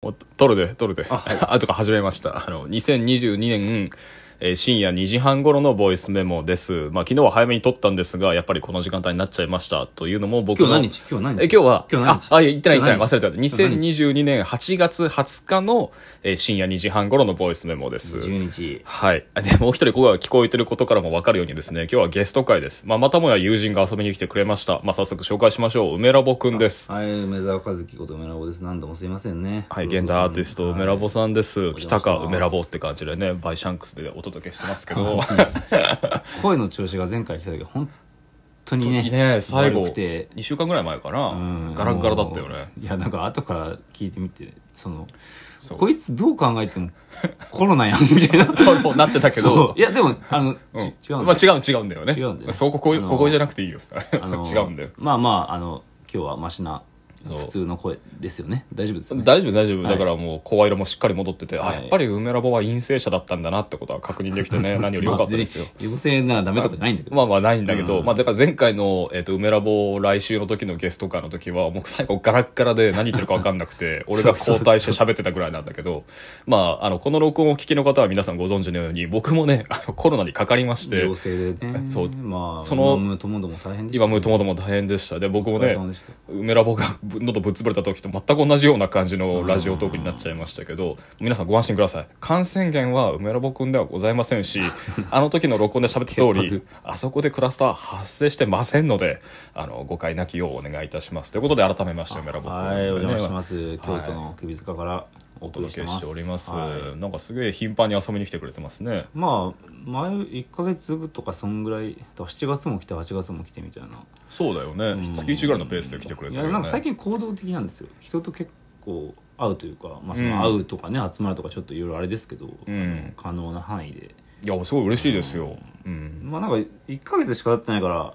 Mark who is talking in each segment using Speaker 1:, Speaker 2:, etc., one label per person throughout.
Speaker 1: お撮るで、撮るで。 あ、とか始めました。あの、2022年、えー深夜2時半頃のボイスメモです。まあ、昨日は早めに撮ったんですが、やっぱりこの時間帯になっちゃいました。というのも僕
Speaker 2: 今
Speaker 1: の。
Speaker 2: 日何日今日何
Speaker 1: え
Speaker 2: 日
Speaker 1: 今日は、
Speaker 2: 今日何日
Speaker 1: あ、あ、いや言ってない言ってない。
Speaker 2: 今日
Speaker 1: 忘れ
Speaker 2: 何
Speaker 1: てた。2022年8月20日の、えー深夜2時半頃のボイスメモです。
Speaker 2: 10日。
Speaker 1: はい。で、もう一人、ここが聞こえてることからもわかるようにですね、今日はゲスト会です。まあ、またもや友人が遊びに来てくれました。まあ、早速紹介しましょう。梅ラボくんです。
Speaker 2: はい、梅沢和樹こと梅ラボです。何度もすいませんね。
Speaker 1: はい、現代アーティスト、梅ラボさんです。
Speaker 2: い
Speaker 1: 来たか、
Speaker 2: お邪魔します
Speaker 1: 梅ラボって感じでね、バイシャンクスでお届けしてますけど。
Speaker 2: 声の調子が前回来た時、本当にね。
Speaker 1: ね、最後、
Speaker 2: 悪くて
Speaker 1: 2週間ぐらい前かな、ガラッガラだったよね。。
Speaker 2: うんいや、なんか後から聞いてみて、その、
Speaker 1: そう
Speaker 2: こいつどう考えてもコロナやん、みたいな。
Speaker 1: そうそう、なってた け
Speaker 2: そう
Speaker 1: ど
Speaker 2: い。や、でも、あの、
Speaker 1: うん
Speaker 2: ち違うん
Speaker 1: ま
Speaker 2: だ
Speaker 1: あ違う違うんだよね。
Speaker 2: 違うんだよね
Speaker 1: そう、ここ、
Speaker 2: あの
Speaker 1: ここじゃなくていいよ。
Speaker 2: あの
Speaker 1: 違うんだよ。
Speaker 2: まあまあ、あの、今日はマシな、
Speaker 1: そう
Speaker 2: 普通の声ですよね。大丈夫ですよね。
Speaker 1: 大丈夫大丈夫、
Speaker 2: はい
Speaker 1: だからもう声色もしっかり戻ってて、
Speaker 2: はい
Speaker 1: あやっぱり梅ラボは陰性者だったんだなってことは確認できてね何より良かったですよ
Speaker 2: まあ。全然陽性ならダメとかじゃないんだけど。
Speaker 1: まあまあないんだけど、
Speaker 2: うん
Speaker 1: まあだから前回の、えっと梅ラボ来週の時のゲスト会の時はもう最後ガラッガラで何言ってるか分かんなく て俺が交代して喋ってたぐらいなんだけどまああのこの録音をお聞きの方は皆さんご存知のように僕もねあのコロナにかかりまして
Speaker 2: 陽性でね
Speaker 1: そう
Speaker 2: まあ
Speaker 1: その
Speaker 2: ムートモンドも大変でした
Speaker 1: 今もともとも大変でしたで僕も
Speaker 2: お疲れ
Speaker 1: ね
Speaker 2: 様でした
Speaker 1: 梅ラボが喉ぶっ潰れた時と全く同じような感じのラジオトークになっちゃいましたけど皆さんご安心ください感染源は梅ラボくんではございませ んしあの時の録音で喋った通
Speaker 2: 潔
Speaker 1: りあそこでクラスター発生してませんのであの誤解なきようお願いいたしますということで改めまして梅ラボくん、
Speaker 2: はいお邪魔しますす京都の首塚からお
Speaker 1: お
Speaker 2: 届
Speaker 1: 届
Speaker 2: け
Speaker 1: けしております、
Speaker 2: はい
Speaker 1: なんかすげえ頻繁に遊びに来てくれてますね
Speaker 2: まあ前1か月分とかそんぐらいだから7月も来て8月も来てみたいな
Speaker 1: そうだよね、月1ぐらいのペースで来てくれて
Speaker 2: い
Speaker 1: る
Speaker 2: や
Speaker 1: よ
Speaker 2: なんか最
Speaker 1: ね
Speaker 2: 近行動的なんですよ人と結構会うというか、まあ、そ
Speaker 1: うん
Speaker 2: の会うとかね、集まるとかちょっといろいろあれですけど、
Speaker 1: ん
Speaker 2: 可能な範囲で
Speaker 1: いやすごい嬉しいですよ、うん、
Speaker 2: まあなんか1か月しか経ってないから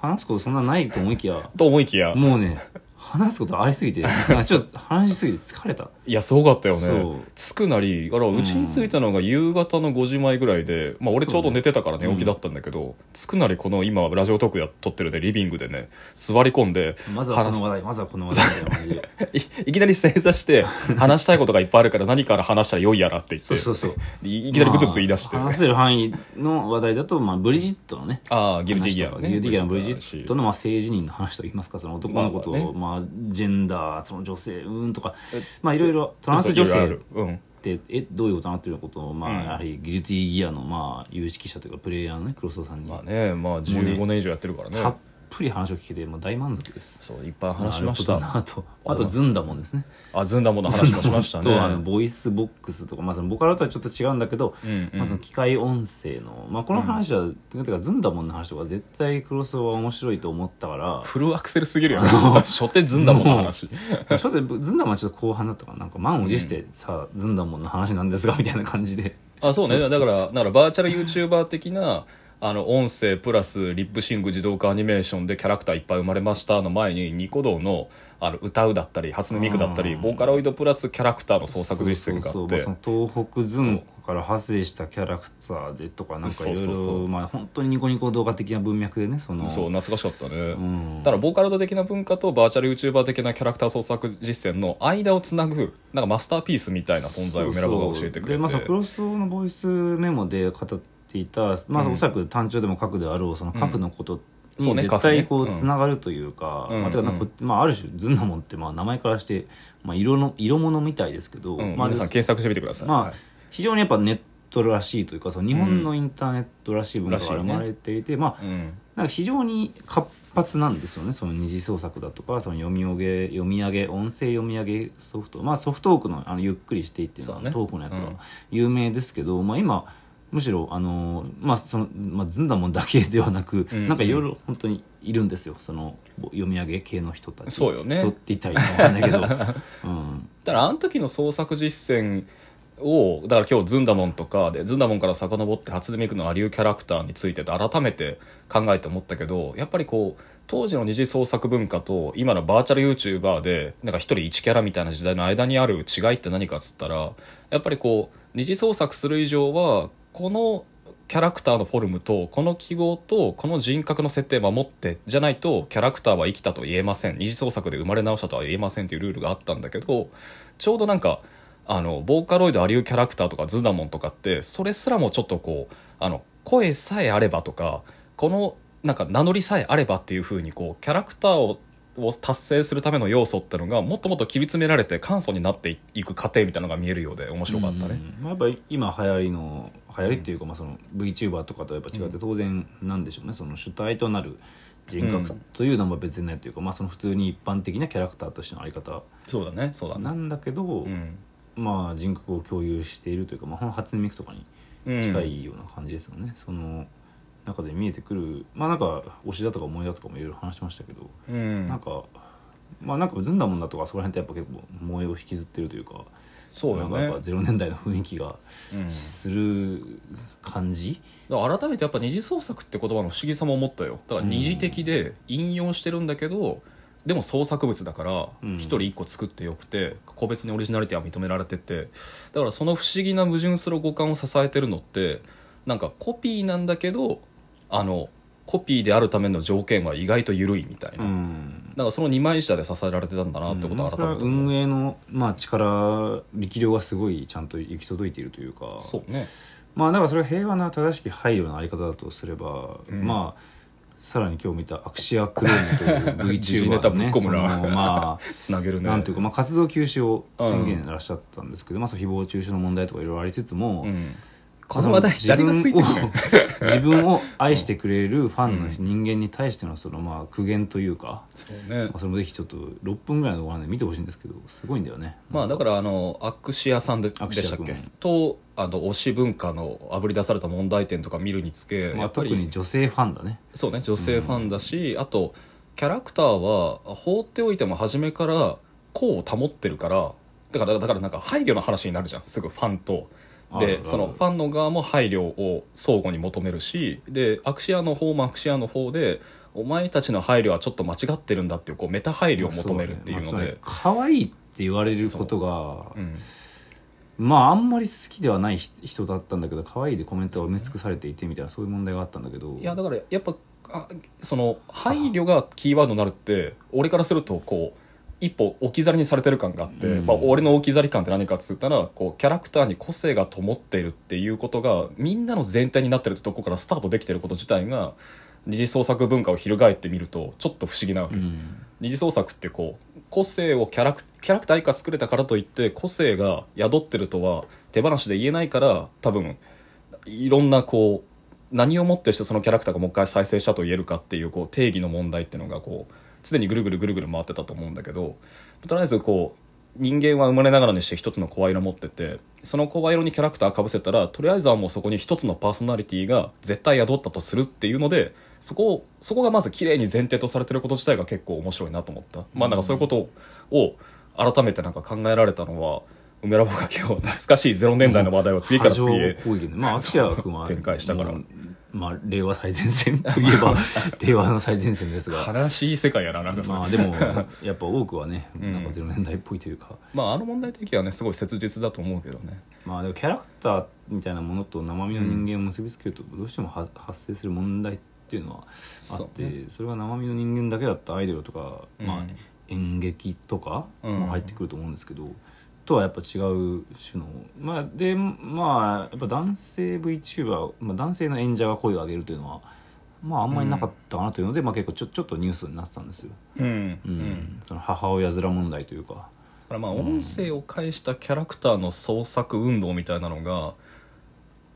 Speaker 2: 話すことそんなないと思いきや
Speaker 1: と思いきや
Speaker 2: もうね、話すことありすぎて、 なんかちょっと話しすぎて疲れた。
Speaker 1: いや、すごかったよ
Speaker 2: そう
Speaker 1: ね。着くなり、あら、うちに着いたのが夕方の5時前ぐらいで、まあ、俺ちょうど寝てたから寝起きだったんだけど、着くなり、この今、ラジオトークやっ撮ってるね、リビングでね、座り込んで、
Speaker 2: まずはこの
Speaker 1: 話
Speaker 2: 話題、まずはこの話 題みたいな感じ で。
Speaker 1: いいきなり正座して、 話したいことがいっぱいあるから、何から話したらよいやらって言って、
Speaker 2: そうそうそう。
Speaker 1: いいきなりブツブツ言い出して。
Speaker 2: まあ話せる範囲の話題だと、まあ、ブリジットのね。
Speaker 1: ああ、ギルティギア、
Speaker 2: 話とかギルティギアのブリジット
Speaker 1: の
Speaker 2: のまあ政治人の話といいますか、その男の子と、
Speaker 1: ま
Speaker 2: ま
Speaker 1: あ
Speaker 2: あ
Speaker 1: まあね
Speaker 2: ジェンダー、その女性、うーんとか、まあ、いろいろ、トランス女
Speaker 1: そうい
Speaker 2: 性
Speaker 1: ろいろあるうん。
Speaker 2: って、え、どういうことなっていうことを、まあ、
Speaker 1: うん
Speaker 2: やはりギルティギアの、まあ、有識者というか、プレイヤーのね、黒沢さんに、
Speaker 1: まあね、まあ、15年以上やってるからね。
Speaker 2: たっぷり話を聞けて、もう大満足です。
Speaker 1: そう、いっぱい話しまし
Speaker 2: なるほ
Speaker 1: た。
Speaker 2: どなと。あと、ズンダモンですね。
Speaker 1: あ、ずんだもの話もしましたね。
Speaker 2: とあのボイスボックスとか、まあ、そのボカロとはちょっと違うんだけど、
Speaker 1: うんうん
Speaker 2: まあ、その機械音声の、まあ、この話は、てかずんだもんの話とか絶対クロスオーは面白いと思ったか
Speaker 1: フルアクセルすぎるよね。 初手ずんだもんの話。
Speaker 2: らちょっとずんだもんはちょっと後半だったからなんか満を持してさあずんだもんの話なんですがみたいな感じで
Speaker 1: あそうね
Speaker 2: そう
Speaker 1: だから
Speaker 2: そう
Speaker 1: だからバーチャル YouTuber 的なあの音声プラスリップシング自動化アニメーションでキャラクターいっぱい生まれましたの前にニコ動のあの歌うだったり初音ミクだったり
Speaker 2: うん
Speaker 1: ボーカロイドプラスキャラクターの創作実践があ
Speaker 2: そう
Speaker 1: っ
Speaker 2: そう
Speaker 1: て
Speaker 2: そうまあその東北ずんこから派生したキャラクターでとかなんかいろい
Speaker 1: そうそうそう
Speaker 2: ろまあ本当にニコニコ動画的な文脈でねその
Speaker 1: そう懐かしかったね、
Speaker 2: ん
Speaker 1: だからボーカロイド的な文化とバーチャル YouTuber 的なキャラクター創作実践の間をつなぐなんかマスターピースみたいな存在をメラボが教えてくれ
Speaker 2: で
Speaker 1: て
Speaker 2: まあ、そのクロスオーのボイスメモで語っていた、まあ、
Speaker 1: うん
Speaker 2: おそらく単調でも書くであろうその書くのこと
Speaker 1: そ
Speaker 2: に
Speaker 1: うね
Speaker 2: 絶対こ
Speaker 1: 書く
Speaker 2: う
Speaker 1: ねうん
Speaker 2: つながるというか、
Speaker 1: うん
Speaker 2: まあてかなんかこうまあ、ある種ずんなもんってまあ名前からして、まあ、色の色物みたいですけど、
Speaker 1: うん
Speaker 2: まあ
Speaker 1: 皆さん検索してみてください、
Speaker 2: まあ
Speaker 1: はい
Speaker 2: 非常にやっぱネットらしいというかその日本のインターネットらしい文化が生まれていて、まあ、
Speaker 1: うん、
Speaker 2: なんか非常に活発なんですよねその二次創作だとかその読み上げ読み上げ音声読み上げソフトまあソフトオークのあのゆっくりしていっていうのは
Speaker 1: そうね
Speaker 2: トークのやつ
Speaker 1: う
Speaker 2: が
Speaker 1: ん
Speaker 2: 有名ですけど、まあ今むしろあのまあその、まあ、ずんだもんだけではなく、
Speaker 1: うん
Speaker 2: なんかいろいろ本当にいるんですよその読み上げ系の人たち
Speaker 1: そうよね
Speaker 2: 人って言ったらいいかわかんないけど、 うん、
Speaker 1: だからあの時の創作実践をだから今日ずんだもんとかでずんだもんから遡って初音ミクのアリューキャラクターについてって改めて考えて思ったけどやっぱりこう当時の二次創作文化と今のバーチャル YouTuber でなんか一人一キャラみたいな時代の間にある違いって何かっつったらやっぱりこう二次創作する以上はこのキャラクターのフォルムとこの記号とこの人格の設定守ってじゃないとキャラクターは生きたと言えません二次創作で生まれ直したとは言えませんっていうルールがあったんだけどちょうどなんかあのボーカロイドアリューキャラクターとかズダモンとかってそれすらもちょっとこうあの声さえあればとかこのなんか名乗りさえあればっていう風にこうキャラクターをを達成するための要素ってのがもっともっと切り詰められて簡素になっていく過程みたいなのが見えるようで面白かったね。
Speaker 2: うんまあ、やっぱり今流行りの流行りっていうか、まあ、その VTuber とかとやっぱ違って当然なんでしょうね、その主体となる人格というのは別にないというか、まあ、その普通に一般的なキャラクターとしてのあり方
Speaker 1: そうだねそうだね
Speaker 2: なんだけど、
Speaker 1: うん
Speaker 2: まあ、人格を共有しているというか、まあ、ほん初音ミクとかに
Speaker 1: うん
Speaker 2: 近いような感じですよね、その中で見えてくるまあなんか推しだとか思いだとかもいろいろ話しましたけど、
Speaker 1: うん
Speaker 2: なんかまあなんかずんだもんだとかそこら辺ってやっぱ結構萌えを引きずってるというか
Speaker 1: そう
Speaker 2: な
Speaker 1: よ
Speaker 2: んか
Speaker 1: ね
Speaker 2: やっぱ0年代の雰囲気が
Speaker 1: うん
Speaker 2: する感じ、
Speaker 1: だから改めてやっぱ二次創作って言葉の不思議さも思ったよだから二次的で引用してるんだけど、でも創作物だから
Speaker 2: うん
Speaker 1: 一人一個作ってよくて個別にオリジナリティは認められててだからその不思議な矛盾する五感を支えてるのってなんかコピーなんだけどあのコピーであるための条件は意外と緩いみたいな、
Speaker 2: うん
Speaker 1: だからその二枚舌で支えられてたんだなってこと
Speaker 2: ま
Speaker 1: を
Speaker 2: あそ
Speaker 1: 改
Speaker 2: れは
Speaker 1: めて思う、
Speaker 2: 運営の、まあ、力力量がすごいちゃんと行き届いているというか
Speaker 1: そうね
Speaker 2: まあだからそれは平和な正しき配慮のあり方だとすれば、
Speaker 1: うん
Speaker 2: まあさらに今日見たアクシア・クレーム という
Speaker 1: 時事ネ
Speaker 2: VTuber
Speaker 1: タ
Speaker 2: の
Speaker 1: ぶっ
Speaker 2: ね
Speaker 1: 込むな
Speaker 2: そのま
Speaker 1: つなげる
Speaker 2: あ
Speaker 1: ね
Speaker 2: なんていう
Speaker 1: か
Speaker 2: か、まあ、活動休止を宣言らっしゃったんですけど、まあ、その誹謗中傷の問題とかいろいろありつつも、
Speaker 1: うん、
Speaker 2: ま
Speaker 1: こ
Speaker 2: あ
Speaker 1: の話題
Speaker 2: その
Speaker 1: 誰がついてくる
Speaker 2: 自分を
Speaker 1: ね
Speaker 2: 自分を愛してくれるファン
Speaker 1: う
Speaker 2: の
Speaker 1: ん
Speaker 2: 人間に対してのそのまあ苦言というか、
Speaker 1: そうね
Speaker 2: まあ、それもぜひちょっと6分ぐらいの動画で見てほしいんですけどすごいんだよね。
Speaker 1: まあだからあのアクシアさんで
Speaker 2: アク
Speaker 1: で
Speaker 2: シア
Speaker 1: したっけ
Speaker 2: 君
Speaker 1: とあの推し文化のあぶり出された問題点とか見るにつけ、
Speaker 2: ま
Speaker 1: や
Speaker 2: あ、
Speaker 1: っぱ
Speaker 2: 特
Speaker 1: り
Speaker 2: に女性ファンだね。
Speaker 1: そうね女性ファンだし、あとキャラクターは放っておいても初めから功を保ってるからだからだからなんか配慮の話になるじゃんすぐファンと。
Speaker 2: あるあ
Speaker 1: で
Speaker 2: る
Speaker 1: そのファンの側も配慮を相互に求めるしでアクシアの方もアクシアの方でお前たちの配慮はちょっと間違ってるんだっていうこうメタ配慮を求めるっていうの
Speaker 2: まあそうね
Speaker 1: で。
Speaker 2: まあつまり可愛いって言われることが
Speaker 1: うん
Speaker 2: まああんまり好きではない人人だったんだけど可愛いでコメントが埋め尽くされていてみたいなそういう問題があったんだけど
Speaker 1: いやだからやっぱあその配慮がキーワードになるって俺からするとこう一歩置き去りにされてる感があって、
Speaker 2: うん
Speaker 1: まあ、俺の置き去り感って何かっつったらこうキャラクターに個性が灯っているっていうことがみんなの全体になってるとこからスタートできてること自体が二次創作文化を翻ってみるとちょっと不思議なわけ、
Speaker 2: うん
Speaker 1: 二次創作ってこう個性をキャラクキャラクター以下作れたからといって個性が宿ってるとは手放しで言えないから多分いろんなこう何をもってしてそのキャラクターがもう一回再生したと言えるかっていうこう定義の問題っていうのがこう常にぐるぐるぐるぐる回ってたと思うんだけどとりあえずこう人間は生まれながらにして一つの声色持っててその声色にキャラクターかぶせたらとりあえずはもうそこに一つのパーソナリティが絶対宿ったとするっていうのでそこをそこがまず綺麗に前提とされてること自体が結構面白いなと思った、まあなんかそういうことを改めてなんか考えられたのは梅ラボが今日懐かしい0年代の話題を次から次へ
Speaker 2: 波状攻撃ねまあ秋谷君は
Speaker 1: 展開したから
Speaker 2: もうまあ令和最前線とい えば令和の最前線ですが
Speaker 1: 悲しい世界やな なんかそれ
Speaker 2: まあでもやっぱ多くはね
Speaker 1: うん
Speaker 2: なんか0年代っぽいというか
Speaker 1: まああの問題提起はねすごい切実だと思うけどね
Speaker 2: まあでもキャラクターみたいなものと生身の人間を結びつけるとどうしてもは発生する問題っていうのはあっ
Speaker 1: そう
Speaker 2: て
Speaker 1: ね
Speaker 2: それが生身の人間だけだったアイドルとか、
Speaker 1: うん
Speaker 2: まあ、演劇とか
Speaker 1: うん
Speaker 2: も入ってくると思うんですけど、とはやっぱ違う種の、まあ、でまあやっぱ男性 VTuber、まあ、男性の演者が声を上げるというのは、まあ、あんまりなかったかなというので、まあ、結構ちょちょっとニュースになってたんですよ。
Speaker 1: うん、
Speaker 2: うんその母親面問題というか
Speaker 1: だからまあ音声を介したキャラクターの創作運動みたいなのが、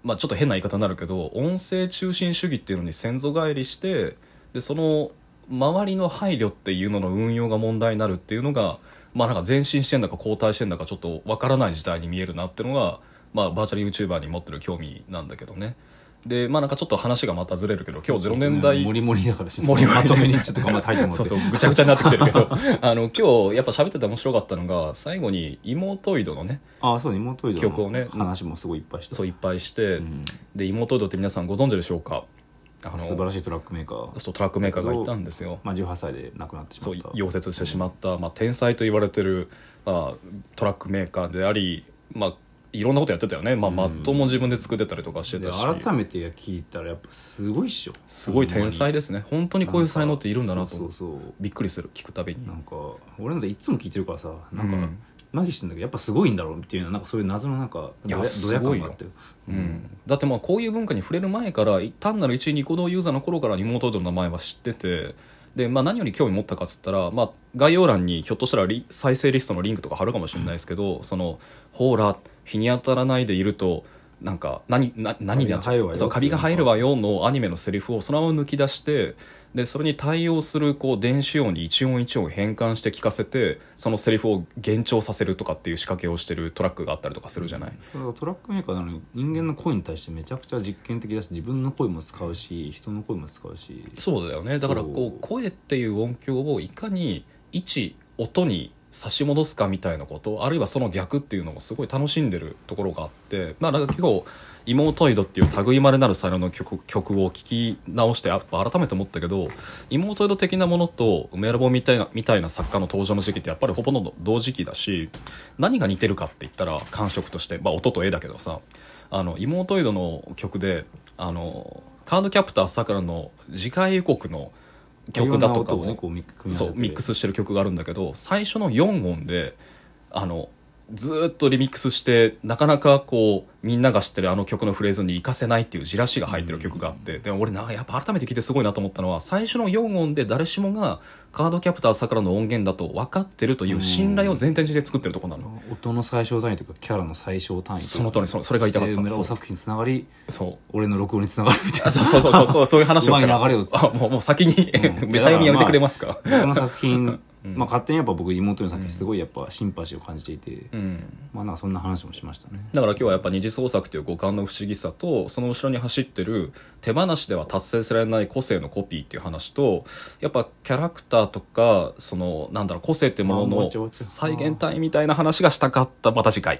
Speaker 1: まあ、ちょっと変な言い方になるけど音声中心主義っていうのに先祖返りしてでその周りの配慮っていうのの運用が問題になるっていうのが、まあ、なんか前進してんだか後退してんだかちょっとわからない時代に見えるなっていうのが、まあ、バーチャル YouTuber に持ってる興味なんだけどね。でまあなんかちょっと話がまたずれるけど今日0年代
Speaker 2: もりもりだからちょっと
Speaker 1: 盛り盛
Speaker 2: ま
Speaker 1: り
Speaker 2: とめにちょっと頑張って入って もらっ
Speaker 1: そ
Speaker 2: て
Speaker 1: うそうぐちゃぐちゃになってきてるけ どあの今日やっぱ喋ってて面白かったのが最後に妹井戸のね
Speaker 2: ああそうね妹以上
Speaker 1: 曲をね
Speaker 2: の話もすごいいっぱいした
Speaker 1: そういっぱいして、
Speaker 2: うん
Speaker 1: で妹井戸って皆さんご存知でしょうかあの
Speaker 2: 素晴らしいトラックメーカー、
Speaker 1: そうトラックメーカーがいたんですよ
Speaker 2: まあ、18歳で亡くなってしま
Speaker 1: そう
Speaker 2: った
Speaker 1: 溶接してしまった、まあ、天才と言われてる、まあ、トラックメーカーであり、まあ、いろんなことやってたよね、まあ、
Speaker 2: うん
Speaker 1: マットも自分で作ってたりとかして
Speaker 2: で
Speaker 1: たし、
Speaker 2: 改めて聞いたらやっぱすごいっしょ
Speaker 1: すごい天才ですね本当にこういう才能っているんだなと
Speaker 2: そうそうそう
Speaker 1: びっくりする聞くたびに
Speaker 2: なんか俺なんていつも聞いてるからさなん
Speaker 1: う
Speaker 2: か
Speaker 1: ん
Speaker 2: 麻痺してんだけどやっぱすごいんだろうっていうのはなんかそういう謎のなんか
Speaker 1: いや
Speaker 2: どや
Speaker 1: す
Speaker 2: どや
Speaker 1: ご
Speaker 2: 感
Speaker 1: いよ
Speaker 2: があったよ
Speaker 1: うんだってまあこういう文化に触れる前から単なる一ニコ動ユーザーの頃からリモートードの名前は知っててで、まあ、何より興味持ったかっつったら、まあ、概要欄にひょっとしたらリ再生リストのリンクとか貼るかもしれないですけど、そのほら日に当たらないでいるとなんか何な何になっちゃ
Speaker 2: カビが入る
Speaker 1: う
Speaker 2: わよ
Speaker 1: そうカビが入るわよのアニメのセリフをそのまま抜き出してでそれに対応するこう電子音に一音一音変換して聞かせてそのセリフを幻聴させるとかっていう仕掛けをしてるトラックがあったりとかするじゃない。
Speaker 2: だからトラックメーカーなのに人間の声に対してめちゃくちゃ実験的だし自分の声も使うし人の声も使うし
Speaker 1: そうだよねだからこ
Speaker 2: そう
Speaker 1: う声っていう音響をいかに一音に差し戻すかみたいなことあるいはその逆っていうのもすごい楽しんでるところがあってまあなんか結構「妹いど」っていう類まれなる才能の曲曲を聴き直してやっぱ改めて思ったけど妹いど的なものと梅ラボみたいなみたいな作家の登場の時期ってやっぱりほぼの同時期だし何が似てるかって言ったら感触として、まあ、音と絵だけどさあの妹いどの曲であのカードキャプターさくらの次回予告の曲だとか
Speaker 2: いろんな音をね
Speaker 1: も
Speaker 2: こうミック組み合わせ
Speaker 1: そう
Speaker 2: て
Speaker 1: ミックスしてる曲があるんだけど最初の4音であのずーっとリミックスしてなかなかこうみんなが知ってるあの曲のフレーズに活かせないっていうじらしが入ってる曲があって、でも俺なやっぱ改めて聞いてすごいなと思ったのは最初の4音で誰しもがカードキャプターさくらの音源だと分かってるという信頼を前提にして作ってるところなの、
Speaker 2: 音の最小単位というかキャラの最小単位というか
Speaker 1: その通りそのそれが言いたかった
Speaker 2: そして梅田
Speaker 1: そ
Speaker 2: の
Speaker 1: う
Speaker 2: 作品につながり
Speaker 1: そう
Speaker 2: 俺の録音につながるみたい
Speaker 1: あそうそうそうそうそうそういう話を した
Speaker 2: うまい流れを
Speaker 1: あもうもう先に、
Speaker 2: うん
Speaker 1: メタ読みやめてくれますか、
Speaker 2: なこの作品、
Speaker 1: うん
Speaker 2: まあ、勝手にやっぱ僕妹の作品すごいやっぱシンパシーを感じていて、
Speaker 1: うん
Speaker 2: まあなんかそんな話もしましたね
Speaker 1: だから今日はやっぱ二次創作という五感の不思議さとその後ろに走ってる手放しでは達成されない個性のコピーっていう話とやっぱキャラクターとかそのなんだろう個性っても
Speaker 2: あもう
Speaker 1: の
Speaker 2: 一応
Speaker 1: の再現体みたいな話がしたかったまた次回。